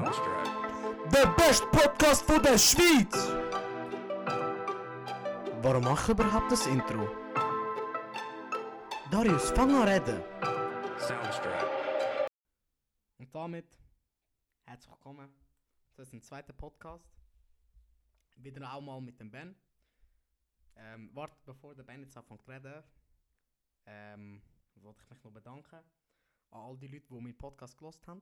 Soundstripe. De beste podcast voor de Schweiz! Warum mache ich überhaupt das Intro? Darius, fang an reden! Soundstripe. Und damit herzlich willkommen zu unserem zweiten Podcast. Wieder auch mal mit dem Ben. Ähm, warte, bevor der Ben jetzt anfängt zu reden, ähm, wollte ich mich noch bedanken an all die Leute, die meinen Podcast gelost haben.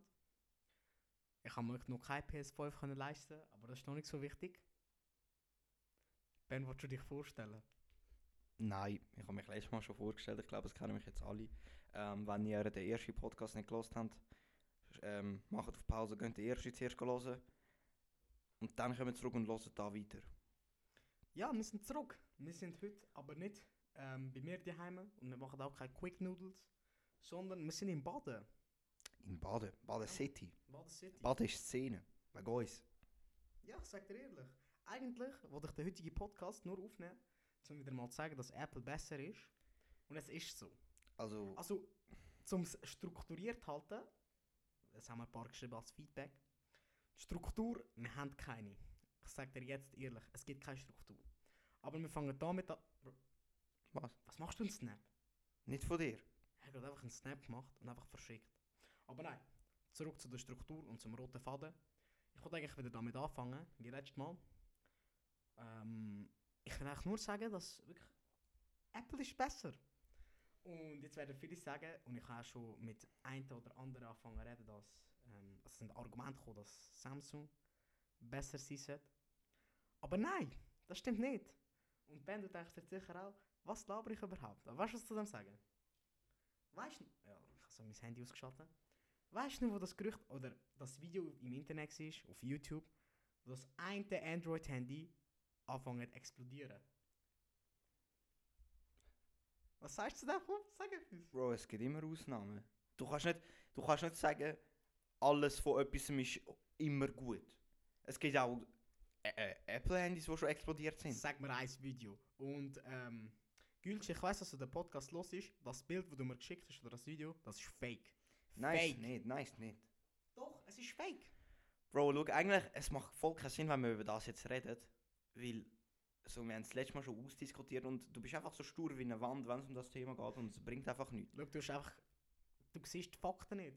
Ich habe mir noch kein PS5 können leisten, aber das ist noch nicht so wichtig. Ben, willst du dich vorstellen? Nein, ich habe mich letztes Mal schon vorgestellt, ich glaube, es kennen mich jetzt alle. Ähm, wenn ihr den ersten Podcast nicht gelesen habt, ähm, macht auf Pause, könnt den ersten zuerst hören. Und dann kommen wir zurück und hören da weiter. Ja, wir sind zurück. Wir sind heute aber nicht ähm, bei mir daheim und wir machen auch keine Quick Noodles, sondern wir sind in Baden. In Baden, Baden City. Baden City. Baden ist Szene, wegen uns. ja, ich sag dir ehrlich. Eigentlich wollte ich den heutigen Podcast nur aufnehmen, um wieder mal zu sagen, dass Apple besser ist. Und es ist so. Also, Also, um es strukturiert zu halten, das haben wir ein paar geschrieben als Feedback. Die Struktur, wir haben keine. Ich sage dir jetzt ehrlich, es gibt keine Struktur. Aber wir fangen damit an. Bro, was? Was machst du in Snap? Nicht von dir. Er hat gerade einfach einen Snap gemacht und einfach verschickt. Aber nein, zurück zu der Struktur und zum roten Faden. Ich wollte eigentlich wieder damit anfangen, wie letztes Mal. Ähm, ich kann eigentlich nur sagen, dass wirklich Apple ist besser. Und jetzt werden viele sagen, und ich habe auch schon mit einem oder anderen anfangen zu reden, dass ähm, es sind Argumente gekommen, dass Samsung besser sein sollte. Aber nein, das stimmt nicht. Und Ben, du denkst jetzt sicher auch, was laber ich überhaupt? Aber weißt du, was zu dem sagen? Weißt du, ja, ich habe so mein Handy ausgeschaltet. Weißt du, noch, wo das Gerücht oder das Video im Internet war, auf YouTube, wo das eine Android-Handy anfangen zu explodieren? Was sagst du da? Komm, sag etwas. Bro, es gibt immer Ausnahmen. Du kannst nicht, du kannst nicht sagen, alles von etwas ist immer gut. Es gibt auch Ä- äh, Apple-Handys, die schon explodiert sind. Sag mir ein Video. Und ähm, Gülsch, ich weiss, dass du den Podcast los ist. Das Bild, das du mir geschickt hast oder das Video, das ist fake. Nein, ist fake. nicht, nein, ist nicht. Doch, es ist fake. Bro, schau, eigentlich, es macht voll keinen Sinn, wenn wir über das jetzt reden, weil so, wir haben es letztes Mal schon ausdiskutiert und du bist einfach so stur wie eine Wand, wenn es um das Thema geht und es bringt einfach nichts. Schau, du hast einfach. Du siehst die Fakten nicht.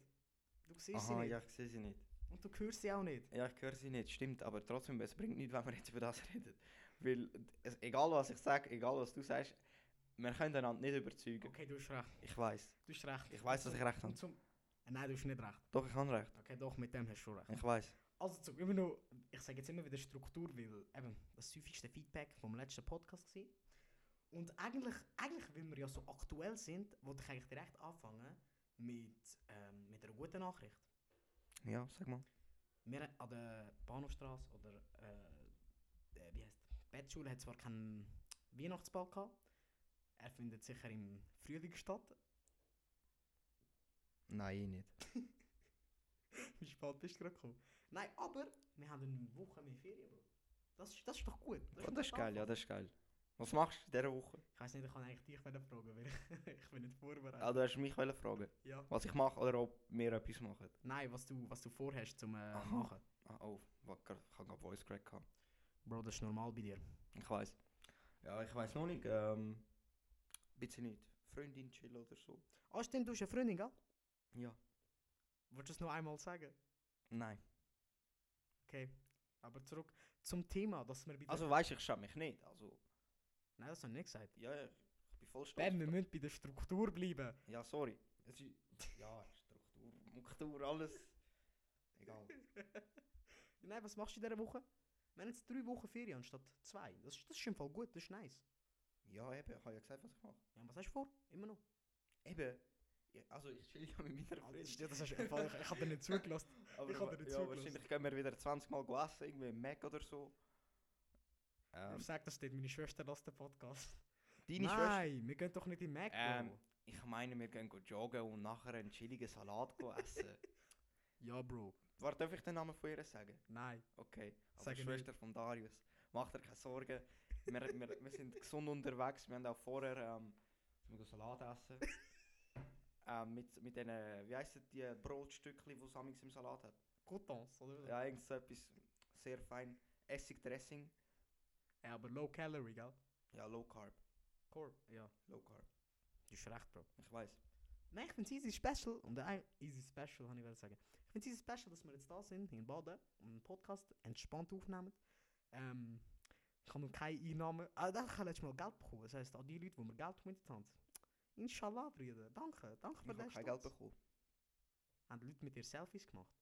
Du siehst sie Aha, nicht. ja, ich sehe sie nicht. Und du hörst sie auch nicht. Ja, ich höre sie nicht, stimmt, aber trotzdem, es bringt nichts, wenn wir jetzt über das reden. Weil, es, egal was ich sage, egal was du sagst, wir können einander nicht überzeugen. Okay, du hast recht. Ich weiß, Du hast recht. ich weiß, dass ich recht habe. Und zum Ah, Nein, du hast nicht recht. Doch, ich habe recht. Okay, doch, mit dem hast du schon recht. Ich weiß. Also zum, immer noch, ich sage jetzt immer wieder Struktur, weil eben das häufigste Feedback vom letzten Podcast war. Und eigentlich, eigentlich, weil wir ja so aktuell sind, wollte ich eigentlich direkt anfangen mit, ähm, mit einer guten Nachricht. Ja, sag mal. Wir an der Bahnhofstraße oder äh, äh, wie heißt Bettschule hat zwar keinen Weihnachtsball gehabt. Er findet sicher im Frühling statt. Nein, ich nicht. Wie spät bist du gerade gekommen? Nein, aber wir haben eine Woche mehr Ferien, Bro. Das ist, das ist doch gut. Oh, doch das ist geil, ja, Anfang. das ist geil. Was machst du in dieser Woche? Ich weiß nicht, ich kann eigentlich dich wollen fragen, weil ich, ich bin nicht vorbereitet. Ah, du hast mich wollen fragen. ja. Was ich mache oder ob wir etwas machen. Nein, was du, was du vorhast zum äh, Aha. machen. Ah, oh, warte, grad- ich habe gerade Voice Crack gehabt. Bro, das ist normal bei dir. Ich weiß. Ja, ich weiß noch nicht. Ähm, bitte nicht. Freundin chillen oder so. Ah, stimmt, du hast eine Freundin, gell? Ja. Wolltest du es noch einmal sagen? Nein. Okay. Aber zurück zum Thema, dass wir bei der- Also weiß ich schäme mich nicht. Also, Nein, das habe ich nicht gesagt. ja, ja, ich bin voll stolz. Ben, wir müssen bei der Struktur bleiben. Ja, sorry. Es ist, ja, Struktur, Muktur, alles. Egal. Nein, was machst du in dieser Woche? Wir haben jetzt drei Wochen Ferien anstatt zwei. Das ist, das ist im Fall gut, das ist nice. Ja, eben, ich habe ja gesagt, was ich mache. Ja, was hast du vor? Immer noch. Eben. Ja, also ich chill ja mit meiner Freundin. Ja, das hast du im Fall, ich, ich habe dir nicht zugelassen. Aber Ich hab dir nicht ja, zugelassen. wahrscheinlich gehen wir wieder 20 Mal go essen, irgendwie im Mac oder so. Ähm, Ich sage das steht, meine Schwester lässt den Podcast. deine Schwester. Nein, wir gehen doch nicht in Mac, Ähm, Bro. Ich meine, wir gehen go joggen und nachher einen chilligen Salat go essen. Ja, Bro. Warte, darf ich den Namen von ihr sagen? Nein. Okay. Aber Sag ihr Schwester von Darius. Mach dir keine Sorgen. Wir, wir, wir sind gesund unterwegs. Wir haben auch vorher ähm, wir gehen Salat essen. äh, ähm, mit, mit diesen, wie heissen die Brotstückchen, die es amigs im Salat hat? Coutons, oder? Ja, irgend so etwas sehr fein. Essigdressing. ja, aber low calorie, gell? Ja, low carb. Corp, ja. Low carb. Du hast recht, Bro. Ich weiß. Nein, ich finde Easy Special, und ein Easy Special, habe ich wollte sagen. Ich finde Easy Special, dass wir jetzt da sind, in Baden, und einen Podcast entspannt aufnehmen. Ähm, ich habe noch keine Einnahmen. Ah, da habe ich letztes Mal Geld bekommen. Das heisst, an die Leute, die mir Geld vermittelt haben. Inshallah, Brüder. Danke, danke Ich für habe den kein Geld Stolz. bekommen. Haben die Leute mit dir Selfies gemacht?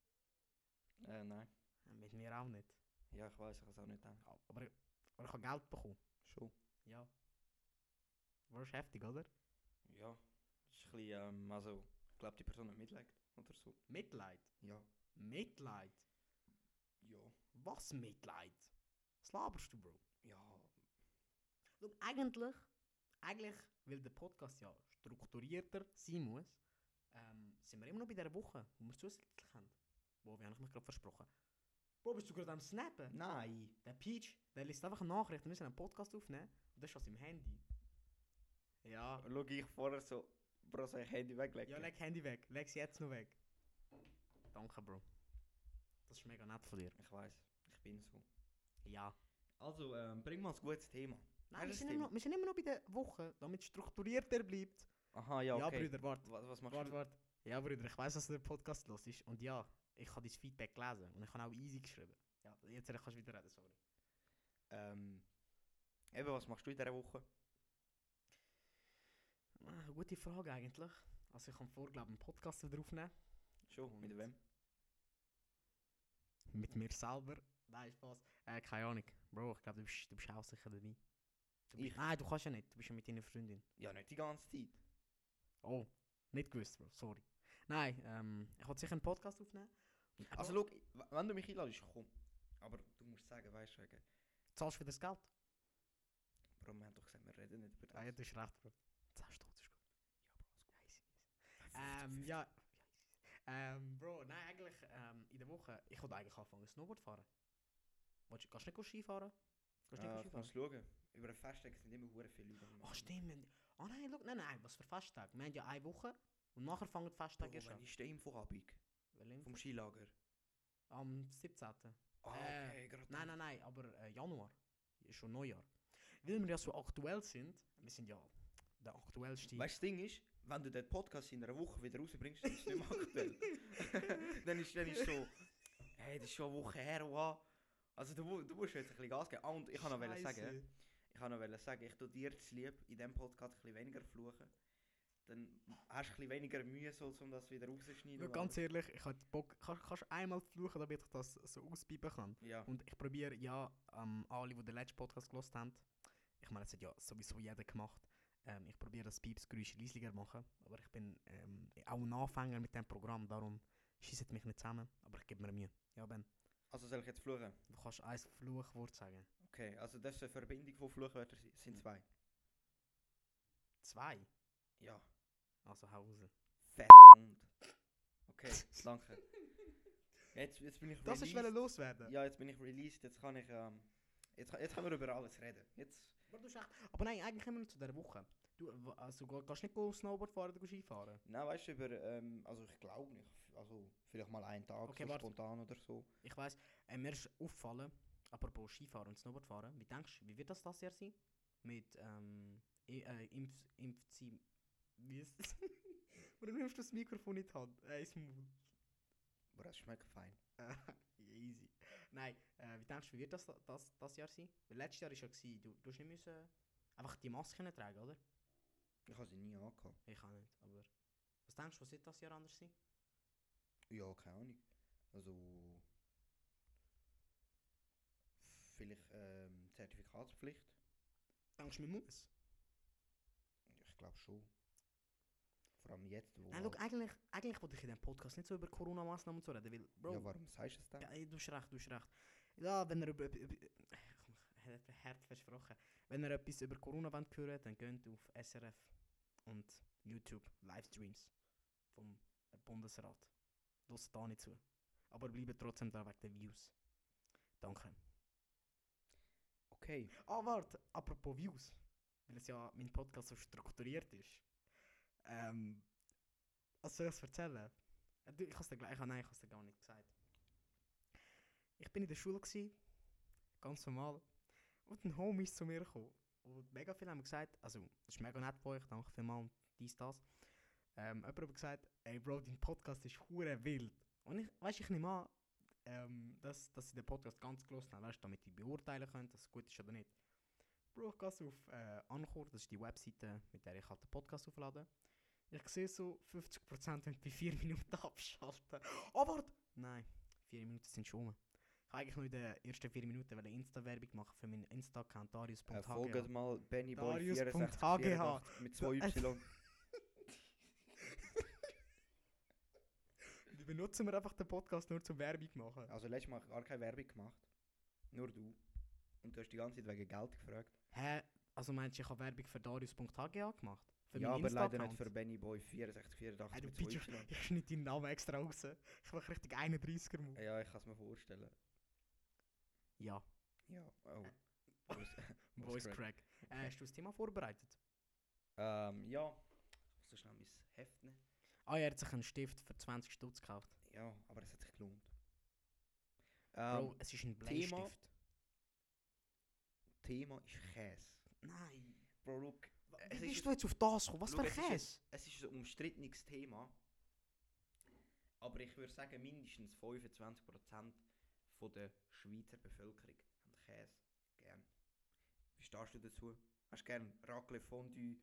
Äh, nein. Ja, Mit mir auch nicht. Ja, ich weiß, ich kann es auch nicht denken. Ja, Aber, aber ich habe Geld bekommen. Schon. Ja. War heftig, oder? Ja. Ist ein bisschen, ähm, also, ich glaube, die Person hat Mitleid oder so. Mitleid. Ja. Mitleid? Ja. Was Mitleid? Was laberst du, Bro? Ja. Schau, eigentlich, eigentlich, weil der Podcast ja strukturierter sein muss, ähm, sind wir immer noch bei dieser Woche, wo wir zusätzlich haben. Wo, wie habe ich mich gerade versprochen? Bro, bist du gerade am Snappen? Nein. Der Peach, der liest einfach eine Nachricht, wir müssen einen Podcast aufnehmen und das ist aus dem Handy. Ja. Schau ich vorher so, Bro, soll ich Handy weglegen? Ja, leg Handy weg. Leg sie jetzt noch weg. Danke, Bro. Das ist mega nett von dir. Ich weiß. Ich bin so. Ja. Also, ähm, bring mal ein gutes Thema. Nein, wir das sind, immer stimmt. noch, wir sind immer noch bei der Woche, damit es strukturierter bleibt. Aha, ja, Ja, okay. Brüder, warte. Was, was machst Warte, du? warte. Ja, Brüder, ich weiß, dass der Podcast los ist. Und ja, ich habe dein Feedback gelesen. Und ich habe auch nou easy geschrieben. Ja, jetzt kannst du wieder reden, sorry. Ähm, eben, was machst du in dieser Woche? Ah, gute Frage eigentlich. Also, ich habe vor, glaube einen Podcast wieder aufnehmen. Schon, mit wem? Mit mir selber. Nein, Spaß. Äh, keine Ahnung. Bro, ich glaube, du bist, du bist auch sicher dabei. Du bist, Ich? Nein, du kannst ja nicht. Du bist ja mit deiner Freundin. Ja, nicht die ganze Zeit. Oh, nicht gewusst, Bro, sorry. Nein, ähm, ich wollte sicher einen Podcast aufnehmen. Und Also, du schau, w- wenn du mich einladest, komm. Aber du musst sagen, weißt du, wegen- zahlst wieder das Geld. Bro, wir haben doch gesagt, wir reden nicht über das. Ah, ja, du hast recht, Bro. Zahlst du, das ist gut. Ja, Bro, ist gut. Ähm, ja. Ähm, Bro, nein, eigentlich ähm, in der Woche, ich wollte eigentlich anfangen Snowboard fahren. Willst, du- kannst du nicht Ski fahren? Kannst du äh, nicht ich Ski muss fahren? schauen. Über den Festtag sind immer hure viele Leute. am Ach, Machen. stimmt. wir- Ah nein, look, nein, nein, was für Festtag? Wir haben ja eine Woche und nachher fangen die Bro, Festtage erst wann an. ist der Infoabend? Weil im- Vom Skilager? Am 17. Ah, Äh, okay, gerade. Nein, nein, nein, aber äh, Januar ist schon Neujahr. Weil wir ja so aktuell sind, wir sind ja der aktuellste. Weißt du, das Ding ist, wenn du den Podcast in einer Woche wieder rausbringst, dann ist es nicht mehr aktuell. dann, ist, dann ist so, hey, das ist schon eine Woche her, wow. Also du, mu- du musst jetzt ein bisschen Gas geben. Ah, und ich kann noch sagen, Scheisse. ich kann noch sagen, ich tue dir zu lieb, in diesem Podcast ein bisschen weniger fluchen. Dann hast du ein bisschen weniger Mühe, so, um das wieder rauszuschneiden. Nur oder? ganz ehrlich, ich hätte Bock, kannst, kannst du einmal fluchen, damit ich das so auspiepen kann. Ja, Und ich probiere ja, ähm, alle, die den letzten Podcast gelost haben, ich meine, es hat ja sowieso jeder gemacht, ähm, ich probiere das Piepsgeräusch leisiger machen, aber ich bin ähm, auch ein Anfänger mit dem Programm, darum schießt mich nicht zusammen, aber ich gebe mir Mühe. Ja, Ben, also soll ich jetzt fluchen? du kannst ein Fluchwort sagen. Okay, also das ist eine Verbindung von Fluchwörtern, es sind zwei. Zwei, Ja, also hau raus. verdammt. Okay, danke. Jetzt, jetzt bin ich Das ist released. loswerden. Ja, jetzt bin ich released, jetzt kann ich. Ähm, jetzt, kann- jetzt können wir über alles reden. Jetzt. Aber, du hast echt- aber nein, eigentlich immer noch zu dieser Woche. Du äh, wa- also, geh- kannst nicht go Snowboard fahren oder go Ski fahren. Nein, weißt du, über. Ähm, also, ich glaube nicht. Also, vielleicht mal einen Tag Okay, so warte. spontan oder so. Ich weiss, äh, mir ist auffallen, apropos Skifahren und Snowboard fahren, wie denkst du, wie wird das das Jahr sein? Mit ähm, I- äh, Impf, Impfzim. Wie ist das? Warum nimmst du das Mikrofon in die Hand? Äh, ins Maul. Aber es schmeckt fein. Easy. Nein, äh, wie denkst du, wie wird das, das das Jahr sein? Weil letztes Jahr war ja, gewesen, du, du hast nicht müssen einfach die Maske tragen, oder? Ich habe sie nie angehabt. Ich auch nicht, aber. Was denkst du, was wird das Jahr anders sein? Ja, keine Ahnung. Also. Vielleicht ähm, Zertifikatspflicht? Denkst du, man muss? Ich glaube schon. Vor allem jetzt, wo. Nein, halt- Ah, look, eigentlich, eigentlich wollte ich in diesem Podcast nicht so über Corona-Massnahmen zu reden, weil, Bro, ja, warum sagst du es denn? ja, du hast recht, du hast recht. Ja, wenn ihr über... über, über ich habe hart versprochen. Wenn ihr etwas über Corona wollt hören, dann geht auf SRF und YouTube Livestreams vom Bundesrat. Lasst da nicht zu. Aber bleibt trotzdem da wegen den Views. Danke. Okay. Ah, warte, apropos Views, weil es ja mein Podcast so strukturiert ist. Ehm, Eh, Ähm, was soll ich erzählen? Äh, du, Ich habe es dir gleich, ah, nein, ich habe es dir gar nicht gesagt. bin in der Schule, gsi, ganz normal. Und ein Homie ist zu mir gekommen. Und mega viele haben mir gesagt, also, es ist mega nett von euch, danke vielmals und dies, das. Ähm, jemand hat mir gesagt, ey Bro, dein Podcast ist hure wild. Und ich, weißt ich nehme an, ähm, dass, dass sie den Podcast ganz gelesen haben, weißt, damit die beurteilen können, dass es gut ist oder nicht. Bro, ich gehe auf äh, Anchor, das ist die Webseite, mit der ich halt den Podcast auflade. Ich sehe so, 50% wollen bei 4 Minuten abschalten. Oh, warte! Nein, 4 Minuten sind schon um. Ich wollte eigentlich nur in den ersten 4 Minuten wollte Insta-Werbung machen für meinen Insta-Account, Äh, Darius.hg. folgt mal Darius Punkt Bennyboy64 mit 2 Y. Dann benutzen wir einfach den Podcast nur zum Werbung machen. Also letztes Mal habe ich gar keine Werbung gemacht. Nur du. Und du hast die ganze Zeit wegen Geld gefragt. Hä? Also meinst du, ich habe Werbung für Darius.hga gemacht? Für ja, meinen aber leider nicht Insta-Account? für Bennyboy6484 Hey, du mit 2 Bitch, Y. ich schneide deinen Namen extra raus. Ich mache richtig 31er Move. Ja, ich kann es mir vorstellen. Ja, Ja, oh. Äh. Voice- Voice Crack. Crack. Äh, hast du das Thema vorbereitet? ähm, ja. Ich muss so schnell mein Heft nehmen. Ah, er hat sich einen Stift für 20 Stutz gekauft. Ja, aber es hat sich gelohnt. Bro, Ähm, es ist ein Bleistift. Thema ist Käse. Nein. Bro, look, Wa- Es Wie ist bist jetzt- du jetzt auf das gekommen? Was Schau, für ein es ist Käse? es ist ein umstrittenes Thema. Aber ich würde sagen, mindestens 25% von der Schweizer Bevölkerung haben Käse gern. Wie stehst du dazu? Hast du gern Raclette Fondue?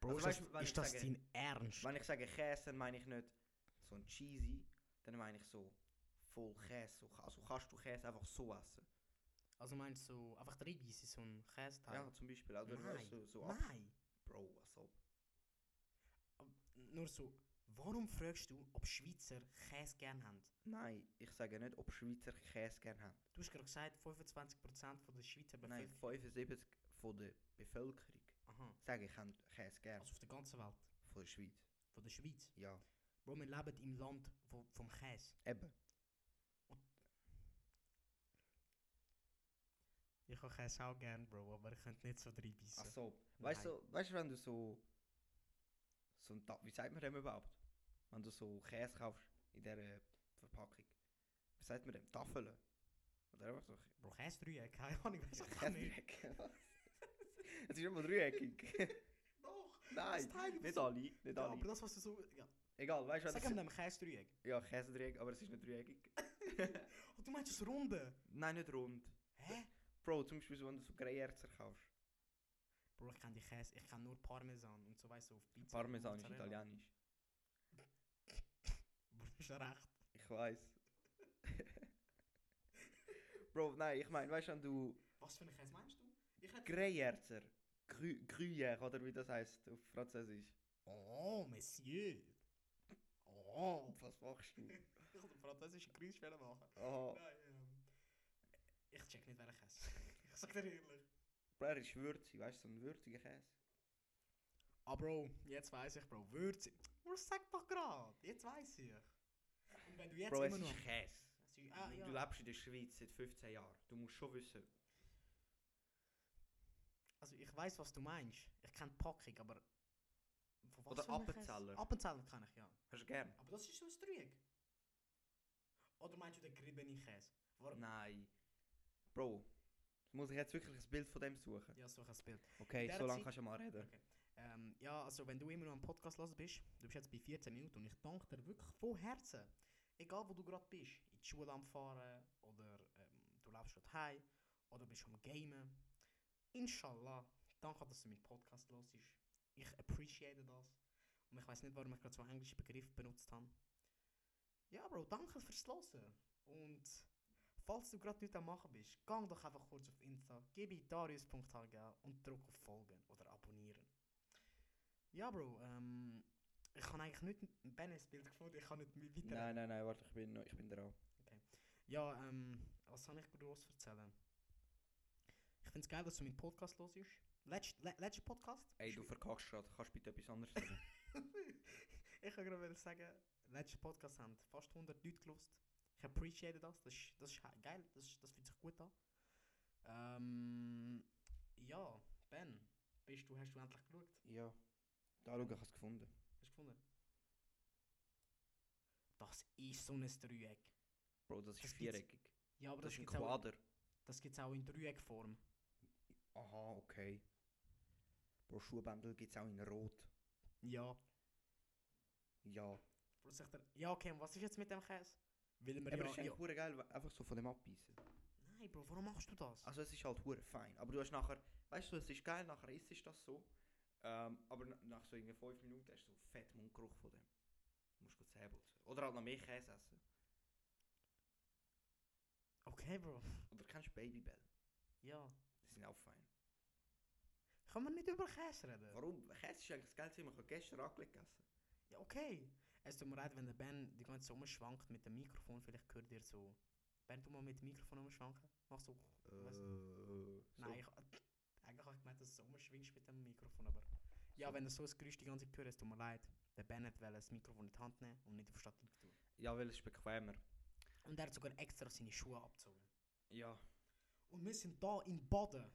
Bro, Also ist weißt das, du, wenn ich ist das sage- dein Ernst? Wenn ich sage Käse, dann meine ich nicht so ein Cheesy, dann meine ich so voll Käse. So- Also kannst du Käse einfach so essen? Also meinst du so einfach drei Weise, so ein Käseteig? Ja, zum Beispiel. Oder Nein, so, so ab- Nein. Bro, also, was ab? Nur so, warum fragst du, ob Schweizer Käse gern haben? Nein, ich sage nicht, ob Schweizer Käse gern haben. Du hast gerade gesagt, 25% von der Schweizer Nein, Bevölkerung. 75 von der Bevölkerung Aha. sagen, ich habe Käse gern. Also auf der ganzen Welt. Von der Schweiz. Von der Schweiz. Ja, Bro, wir leben im Land wo, vom Käse. eben. Ich habe Käse auch gern, Bro, aber ich könnte nicht so drei beißen. Ach so. Weißt Nein. du, weißt, du, wenn du so. so ein, dus Ta- wie sagt man dem überhaupt? Wenn du so Käse kaufst in dieser Verpackung. Wie sagt man dem? Tafeln? Oder einfach so. Bro, Käse-Dreieck, keine Ahnung, weiss ich auch nicht. Dreieck. Es ist immer dreieckig. Doch, Nein, das Teil nicht so- alle. Nicht Ja, aber alle. das, was du so... Ja. Egal, weißt du, Sag wenn ihm du. dem Käse-Dreieck. Ja, Käsedreieck, aber es ist nicht dreieckig. Oh, du meinst das Runde? Nein, nicht rund. Hä? Bro, zum Beispiel, so, wenn du so Greyerzer kaufst. Bro, ich kenne die Käse, ich kenne nur Parmesan und so, weißt du, auf Pizza. Parmesan ist Mozzarella. italienisch. Bro, du hast ja recht. Ich weiß. Bro, nein, ich meine, weißt du, wenn du Was für einen Käse meinst du? Ich hätte... Greyerzer, Grü- Gruyère, oder wie das heißt auf Französisch. Oh, Monsieur. Oh. Was machst du? Ich wollte französische Grüßfehler machen. Oh, Nein, ähm, ich check nicht, wer ich esse. ich sag dir ehrlich. Bro, er ist würzig, weißt du, so ein würziger Käse. Ah, Bro, jetzt weiss ich, Bro. Würzig. Bro, sag doch grad. Jetzt weiss ich. Und wenn du jetzt Bro, es immer ist noch... Käse. Ah, Du ja. lebst in der Schweiz seit 15 Jahren. Du musst schon wissen. Also, ich weiss, was du meinst. Ich kenne die Packung, aber... Von was Oder für einem Käse? Appenzeller. Appenzeller kann ich, ja. Hast du gern? Aber das ist so ein Dreieck. Oder meinst du den geriebenen Käse? Warum? Nein. Bro, muss ich jetzt wirklich ein Bild von dem suchen? Ja, so ein Bild. Okay, In der so lange Zeit- kannst du mal reden. Ähm, ja, also wenn du immer noch am Podcast Dus los bist, du bist jetzt bei 14 Minuten und ich danke dir wirklich von Herzen. Egal wo du gerade bist, in die Schule am Fahren eh, oder ähm, du läufst gerade heim oder bist am Gamen. Inshallah, danke, dass du meinen Podcast hörst. Ich appreciate das. Und ich weiß nicht, warum ich gerade so einen englischen Begriff benutzt habe. Ja, Bro, danke fürs Hören. Und falls du gerade nichts am Machen bist, gang doch einfach kurz auf Insta, gib in darius.hg und drück auf Folgen oder Abonnieren. Ja, Bro, ähm, ich habe eigentlich nicht ein Bennis-Bild gefunden, ich kann nicht mehr weiter. Nein, nein, nein, warte, ich bin, noch- ich bin dran. Ja, ähm, was kann ich groß erzählen? Ich finde es geil, dass du meinen Podcast los ist. Letzt, le letzter Podcast? Ey, du verkackst gerade, kannst bitte etwas anderes sagen? ich kann gerade sagen, letzter Podcast haben fast 100 Leute gelost. Ich appreciate das, das ist, das ist he- geil, das, ist- das fühlt sich gut an. Ähm, ja, Ben, bist du, hast du endlich geschaut? ja. Da schau, ich habe es gefunden. Hast du gefunden? Das ist so ein Dreieck. Bro, das ist Das gibt's- viereckig. Ja, aber das, Das ist ein gibt's auch, Quader. das gibt's auch in Dreieckform. Aha, okay. Bro, Schuhbändel gibt es auch in Rot. Ja. Ja. Bro, sagt er, ja, okay, und was ist jetzt mit dem Käse? Weil wir Aber ja, es ist ja. eigentlich hure geil, we- einfach so von dem abbeißen. Nein, Bro, warum machst du das? Also es ist halt hure fein. Aber du hast nachher, weißt du, es ist geil, nachher isst du das so. Ähm, aber na- nach so irgendwie 5 Minuten hast du so fett Mundgeruch von dem. Du musst gut Zähne putzen. Oder halt noch mehr Käse essen. Okay, Bro. Oder kennst du Babybell? Ja. Die sind auch fein. Kann man nicht über Käse reden? Warum? Käse ist eigentlich das Geilste, man kann gestern Raclette essen. Ja, okay. Es tut mir leid, wenn der Ben die ganze Zeit rumschwankt mit dem Mikrofon. Vielleicht hört ihr so. Ben, du mal mit dem Mikrofon rumschwanken. Mach so. Was? Äh, Nein, ich, eigentlich habe ich gemeint, dass du so rumschwingst mit dem Mikrofon, aber... Ja, So. wenn du so ein Geräusch die ganze Zeit hörst, es tut mir leid. Der Ben hat wollte das Mikrofon in die Hand nehmen und nicht auf Stativ tun. Ja, weil es ist bequemer. Und er hat sogar extra seine Schuhe abgezogen. Ja, Und wir sind da in Baden.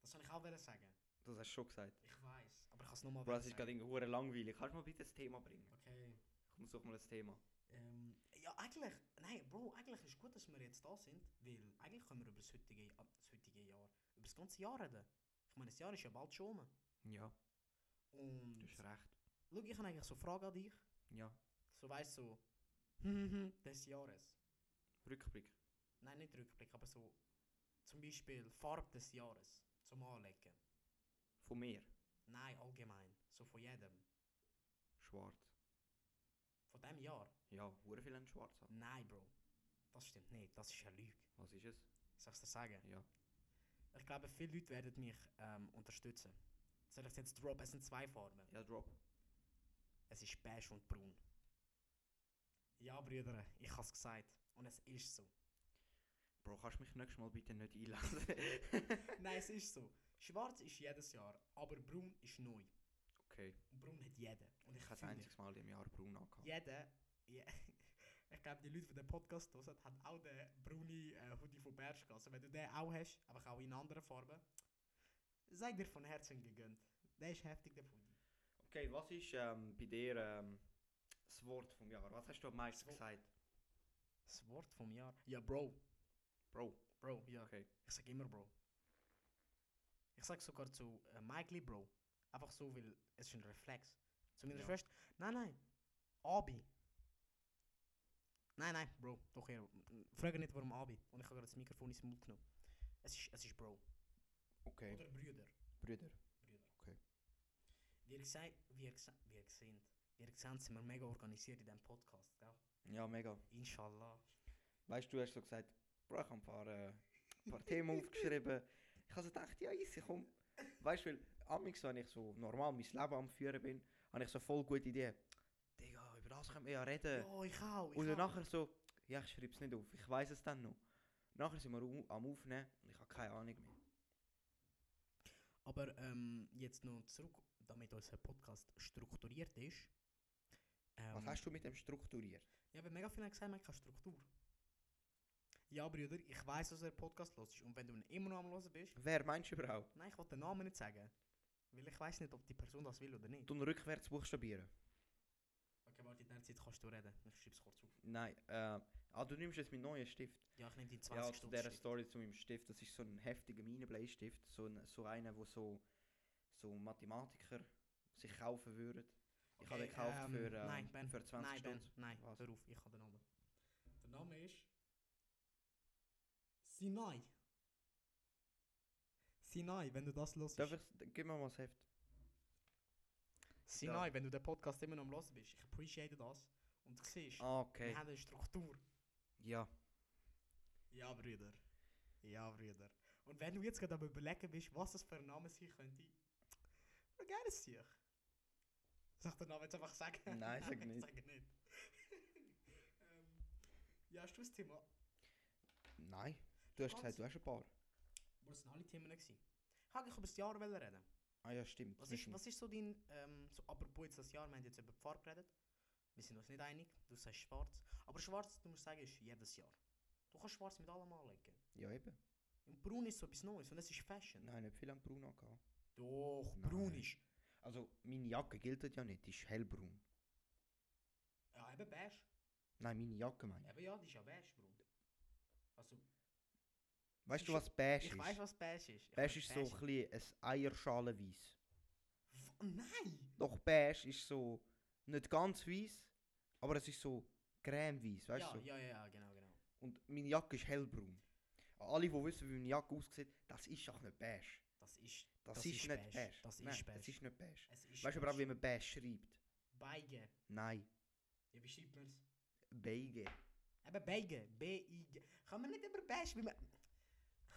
Das soll ich auch wollen sagen. das hast du schon gesagt. Ich weiß, aber ich kann es nochmal Bro, es ist gerade irgendwie hure langweilig. Kannst du mal bitte das Thema bringen? Okay. Komm, such mal ein Thema. Ähm, ja, eigentlich, nein, Bro, eigentlich ist gut, dass wir jetzt da sind, weil eigentlich können wir über das heutige, Ja- das heutige Jahr, über das ganze Jahr reden. Ich meine, das Jahr ist ja bald schon um. Ja, Und, du hast recht. schau, ich habe eigentlich so eine Frage an dich. Ja, So, weißt du, so, des Jahres. Rückblick. Nein, nicht Rückblick, aber so, zum Beispiel Farbe des Jahres, zum Anlegen. Von mir. Nein, allgemein, so von jedem, Schwarz. von dem Jahr. Ja, hure viel haben schwarz an. Nein, Bro, das stimmt nicht, das ist eine Lüge. Was ist es? Soll ich dir sagen? Ja. Ich glaube, viele Leute werden mich ähm, unterstützen. Soll ich es jetzt drop? Es sind zwei Farben. Ja, Drop. Es ist beige und braun. Ja, Brüder, ich habe es gesagt. Und es ist so. Bro, kannst du mich nächstes Mal bitte nicht einladen? Nein, es ist so. Schwarz ist jedes Jahr, aber braun ist neu. okay. Und braun hat jeder. Und ich Ich habe das fühle, einzige Mal im Jahr braun angehabt. jeder... Je ich glaube, die Leute, die den Podcast hören, haben auch den braunen äh, Hoodie von Bershka. Also wenn du den auch hast, aber auch in anderen Farben, sei dir von Herzen gegönnt. Der ist heftig, der Hoodie. Okay, was ist ähm, bei dir ähm, das Wort vom Jahr? Was hast du am meisten Das Wo- gesagt? Das Wort vom Jahr. Ja, Bro. Bro, Bro, ja. okay. Ich sag immer Bro. Ich sag sogar zu äh, Michael Bro. Einfach so, weil es ist ein Reflex. Zu meiner Ja. Schwester. Nein, nein. Abi. Nein, nein, Bro. Doch eher. Frage nicht, warum Abi. Und ich habe gerade das Mikrofon ins Mund genommen. Es ist, es ist Bro. Okay, Oder Brüder. Brüder. Brüder. Okay. Wir, gse wir, gse wir sind. Wir sehen, sind wir mega organisiert in diesem Podcast, gell? Ja, mega. Inshallah. Weißt du, du hast so gesagt, Bro, ich habe ein paar, äh, ein paar Themen aufgeschrieben. Ich habe so gedacht, ja, easy, komm. Weißt du, weil amigs, wenn ich so normal mein Leben am Führen bin, habe ich so voll gute Ideen. Digga, über das können wir ja reden. Oh, ich auch. Ich Äh. Und dann auch. nachher so, ja, ich schreibe es nicht auf, ich weiß es dann noch. Nachher sind wir au- am Aufnehmen und ich habe keine Ahnung mehr. Aber ähm, jetzt noch zurück, damit unser Podcast strukturiert ist. Ähm, Was hast du mit dem strukturiert? Ja, aber mega viel haben gesagt, man hat keine Struktur. Ja, Brüder, ich weiß, dass der Podcast los ist. Und wenn du ihn immer noch am Hören bist, Wer meinst du überhaupt? nein, ich will den Namen nicht sagen. Weil ich weiß nicht, ob die Person das will oder nicht. Du rückwärts buchstabieren? Okay, warte, in der Zeit kannst du reden. Ich schreibe es kurz auf. Nein, äh, ah, du nimmst jetzt meinen neuen Stift. Ja, ich nehme die 20 Ja, zu Stunden. dieser Stift. Story zu meinem Stift, das ist so ein heftiger Minenbleistift, so, ein, so einer, wo so, so Mathematiker sich kaufen würden. Ich habe den gekauft ähm, für, ähm, nein, Ben, für 20 nein, Ben, Stunden. nein, Was? hör auf, ich habe den Namen. Der Name ist. Sinai. Sinai, wenn du das hörst. Darf ich, gib mir mal das Heft. Sinai, wenn du den Podcast immer noch am Hören bist, ich appreciate das. Und du siehst, Ah, okay. wir haben eine Struktur. Ja. Ja, Brüder. Ja, Brüder. Und wenn du jetzt gerade am überlegen bist, was das für ein Name sein könnte, dann gerne es dich. Sag den Namen jetzt einfach sagen. Nein, sag nicht. sag nicht. ähm, ja, hast du das Thema? Nein. Du hast Was? gesagt, du hast ein paar. Aber es waren alle Themen. Gewesen. Ich wollte eigentlich über das Jahr reden. Ah ja, stimmt. Was das ist, ein- was ist so dein, ähm, so apropos jetzt das Jahr, wir haben jetzt über die Farbe geredet, wir sind uns nicht einig, du sagst schwarz, aber schwarz, du musst sagen, ist jedes Jahr. Du kannst schwarz mit allem anlegen. Ja, eben. Und braun ist so etwas Neues und es ist Fashion. Nein, nicht viel an Braun angehabt. Doch, Nein. braun ist... Also, meine Jacke gilt ja nicht, die ist hellbraun. Ja, eben beige. Nein, meine Jacke meine ich. Eben ja, die ist ja beige, Bro. Also, Weißt ist du, schon- was beige ich weiß, ist? was beige ist. Ich Beige weiss, ist so ein bisschen ein Eierschalenweiss. W- Nein! Doch beige ist so nicht ganz weiß, aber es ist so cremeweiß, weißt ja, du? so. ja, ja, ja, genau, genau. Und meine Jacke ist hellbraun. An Alle, die wissen, wie meine Jacke aussieht, das ist doch nicht beige. Das ist. Das, ist, nicht beige. Das Nein, ist beige. Das ist nicht beige. Es ist Weißt du aber auch, wie man beige schreibt? Beige. Nein, Ja, wie schreibt man es? beige. Eben Beige. B-I-G. Kann man nicht über beige, wie man.